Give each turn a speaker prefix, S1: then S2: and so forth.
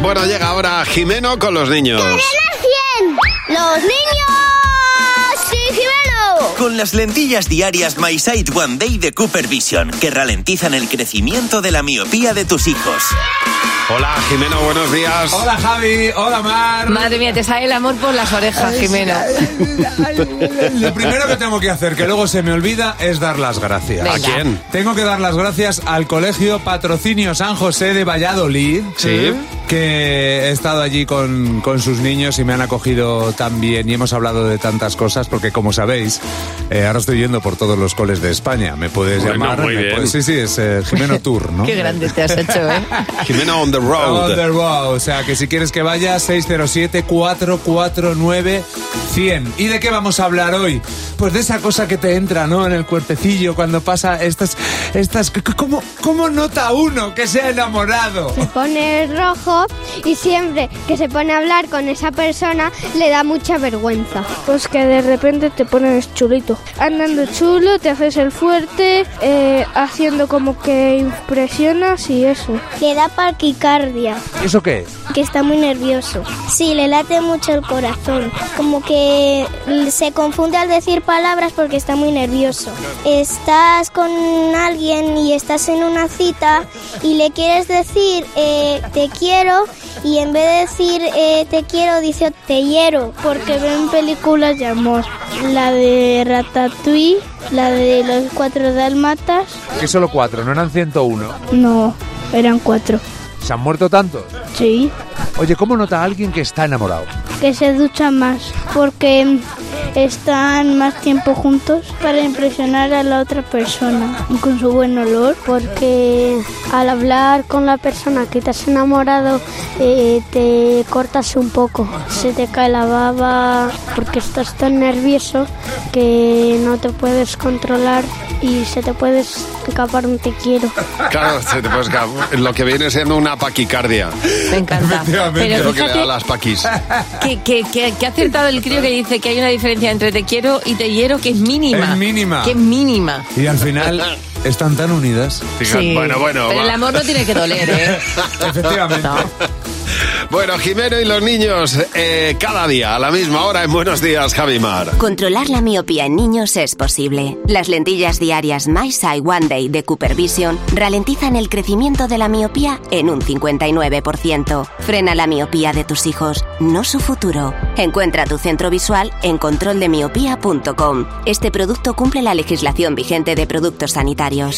S1: Bueno, llega ahora Jimeno con los niños.
S2: ¡Los niños! ¡Sí, Jimeno!
S3: Con las lentillas diarias My Sight One Day de Cooper Vision, que ralentizan el crecimiento de la miopía de tus hijos.
S1: Hola Jimeno, buenos días.
S4: Hola Javi, hola Mar.
S5: Madre mía, te sale el amor por las orejas, Jimena.
S4: Lo primero que tengo que hacer, que luego se me olvida, es dar las gracias.
S1: ¿A quién?
S4: Tengo que dar las gracias al Colegio Patrocinio San José de Valladolid.
S1: Sí.
S4: Que he estado allí con, con sus niños y me han acogido tan bien y hemos hablado de tantas cosas porque, como sabéis, eh, ahora estoy yendo por todos los coles de España. Me puedes
S1: Bueno,
S4: llamar.
S1: muy
S4: me
S1: bien.
S4: puedes- sí, sí, es eh, Jimeno Tour, ¿no?
S5: Qué grande te has hecho, ¿eh?
S1: Jimeno on the road.
S4: On the road. O sea, que si quieres que vaya, 607-449-100. ¿Y de qué vamos a hablar hoy? Pues de esa cosa que te entra, ¿no? En el cuerpecillo cuando pasa estas... estas c- c- ¿cómo, ¿Cómo nota uno que se ha enamorado?
S2: Se pone rojo y siempre que se pone a hablar con esa persona le da mucha vergüenza.
S6: Pues que de repente te pones chulito. Andando chulo, te haces el fuerte, eh, haciendo como que impresionas y eso.
S7: Le da parquicardia,
S4: ¿Eso qué es?
S7: que está muy nervioso. Sí, le late mucho el corazón. Como que se confunde al decir palabras porque está muy nervioso. Estás con alguien y estás en una cita y le quieres decir eh, te quiero y en vez de decir eh, te quiero dice te hiero
S6: Porque ven películas de amor. La de Ratatouille, la de los cuatro dálmatas.
S4: Que solo cuatro, no eran 101.
S6: No, eran cuatro.
S4: ¿Se han muerto tantos?
S6: Sí.
S4: Oye, ¿cómo nota alguien que está enamorado?
S6: Que se duchan más. Porque están más tiempo juntos para impresionar a la otra persona. Y con su buen olor.
S7: Porque al hablar con la persona que te has enamorado eh, te cortas un poco, se te cae la baba porque estás tan nervioso que no te puedes controlar y se te puede escapar un te quiero.
S1: Claro, se te puede escapar. lo que viene siendo una paquicardia.
S5: Me encanta.
S4: Efectivamente.
S1: Es
S5: Pero
S1: lo que le da a
S5: fíjate
S1: las paquis.
S5: que, que, que- que ha acertado el crío que dice que hay una diferencia entre te quiero y te hiero que es mínima.
S4: Es mínima.
S5: Que es mínima.
S4: Y al final están tan unidas.
S1: Fija-
S5: Sí.
S1: Bueno, bueno.
S5: Pero
S1: va.
S5: el amor no tiene que doler, ¿eh?
S4: Efectivamente.
S5: No.
S1: Bueno, Jimeno y los niños, eh, cada día a la misma hora en Buenos Días, Javimar.
S8: Controlar la miopía en niños es posible. Las lentillas diarias My Sight One Day de Cooper Vision ralentizan el crecimiento de la miopía en un 59%. Frena la miopía de tus hijos, no su futuro. Encuentra tu centro visual en controldemiopía.com. Este producto cumple la legislación vigente de productos sanitarios.